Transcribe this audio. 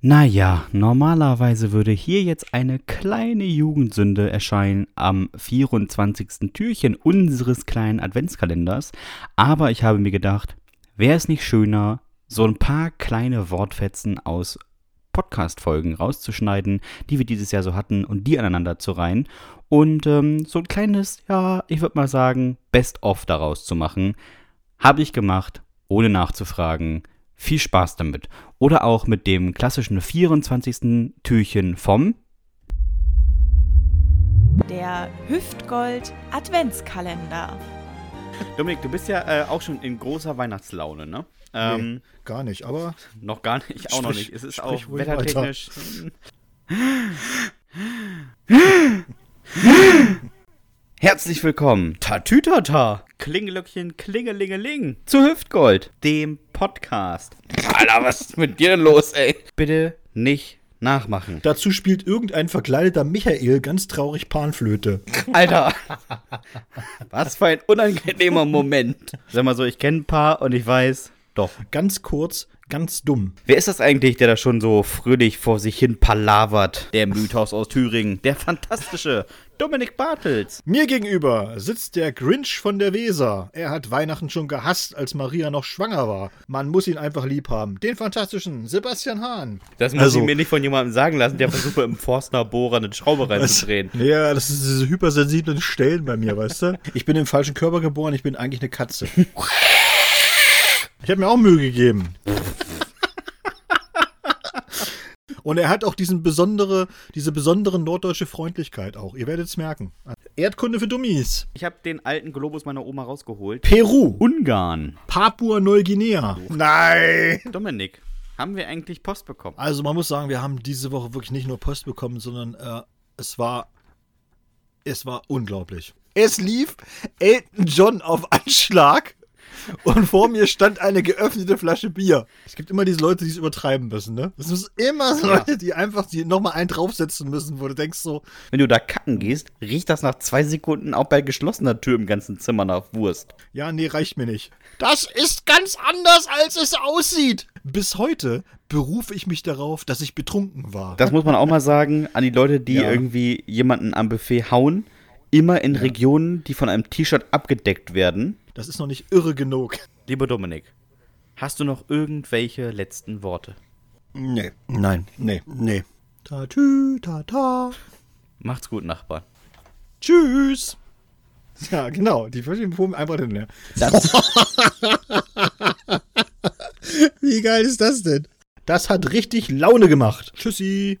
Naja, normalerweise würde hier jetzt eine kleine Jugendsünde erscheinen am 24. Türchen unseres kleinen Adventskalenders, aber ich habe mir gedacht, wäre es nicht schöner, so ein paar kleine Wortfetzen aus Podcast-Folgen rauszuschneiden, die wir dieses Jahr so hatten und die aneinander zu reihen und ähm, so ein kleines, ja, ich würde mal sagen, Best-of daraus zu machen. Habe ich gemacht, ohne nachzufragen. Viel Spaß damit. Oder auch mit dem klassischen 24. Türchen vom Der Hüftgold Adventskalender. Dominik, du bist ja äh, auch schon in großer Weihnachtslaune, ne? Ähm, Gar nicht, aber Noch gar nicht, auch noch Sprich- nicht. Es ist sprich auch ruhig wettertechnisch. Herzlich willkommen, Tatütata, Klingelöckchen, Klingelingeling, zu Hüftgold, dem Podcast. Alter, was ist mit dir denn los, ey? Bitte nicht nachmachen. dazu spielt irgendein verkleideter Michael ganz traurig Panflöte. Alter. Was für ein unangenehmer Moment. Sag mal so, ich kenne ein paar und ich weiß, doch. Ganz kurz, ganz dumm. Wer ist das eigentlich, der da schon so fröhlich vor sich hin palavert? Der Mythos aus Thüringen, der fantastische Dominik Bartels. Mir gegenüber sitzt der Grinch von der Weser. Er hat Weihnachten schon gehasst, als Maria noch schwanger war. Man muss ihn einfach lieb haben. Den fantastischen Sebastian Hahn. Das muss Also- ich mir nicht von jemandem sagen lassen, der versucht, im Forstner Bohrer eine Schraube reinzudrehen. Ja, das sind diese hypersensiblen Stellen bei mir, weißt du? Ich bin im falschen Körper geboren, ich bin eigentlich eine Katze. Ich habe mir auch Mühe gegeben. Und er hat auch diesen besondere, diese besondere norddeutsche Freundlichkeit auch. Ihr werdet es merken. Erdkunde für Dummies. Ich habe den alten Globus meiner Oma rausgeholt. Peru. Ungarn. Papua-Neuguinea. Nein. Dominik, haben wir eigentlich Post bekommen? Also man muss sagen, wir haben diese Woche wirklich nicht nur Post bekommen, sondern äh, es war es war unglaublich. Es lief Elton John auf Anschlag und vor mir stand eine geöffnete Flasche Bier. Es gibt immer diese Leute, die es übertreiben müssen, ne? Es müssen immer so Leute, die einfach die nochmal einen draufsetzen müssen, wo du denkst so, Wenn du da kacken gehst, riecht das nach zwei Sekunden auch bei geschlossener Tür im ganzen Zimmer nach Wurst. ja, nee, reicht mir nicht. Das ist ganz anders, als es aussieht. Bis heute berufe ich mich darauf, dass ich betrunken war. Das muss man auch mal sagen an die Leute, die Ja. irgendwie jemanden am Buffet hauen. Immer in Regionen, die von einem T-Shirt abgedeckt werden. Das ist noch nicht irre genug. Lieber Dominik, hast du noch irgendwelche letzten Worte? Nee. Nein. Nee. Nee. Tatü, tata. Macht's gut, Nachbar. Tschüss. Ja, genau. Die verschiedenen Pumpen einfach hin. ne? Wie geil ist das denn? Das hat richtig Laune gemacht. Tschüssi.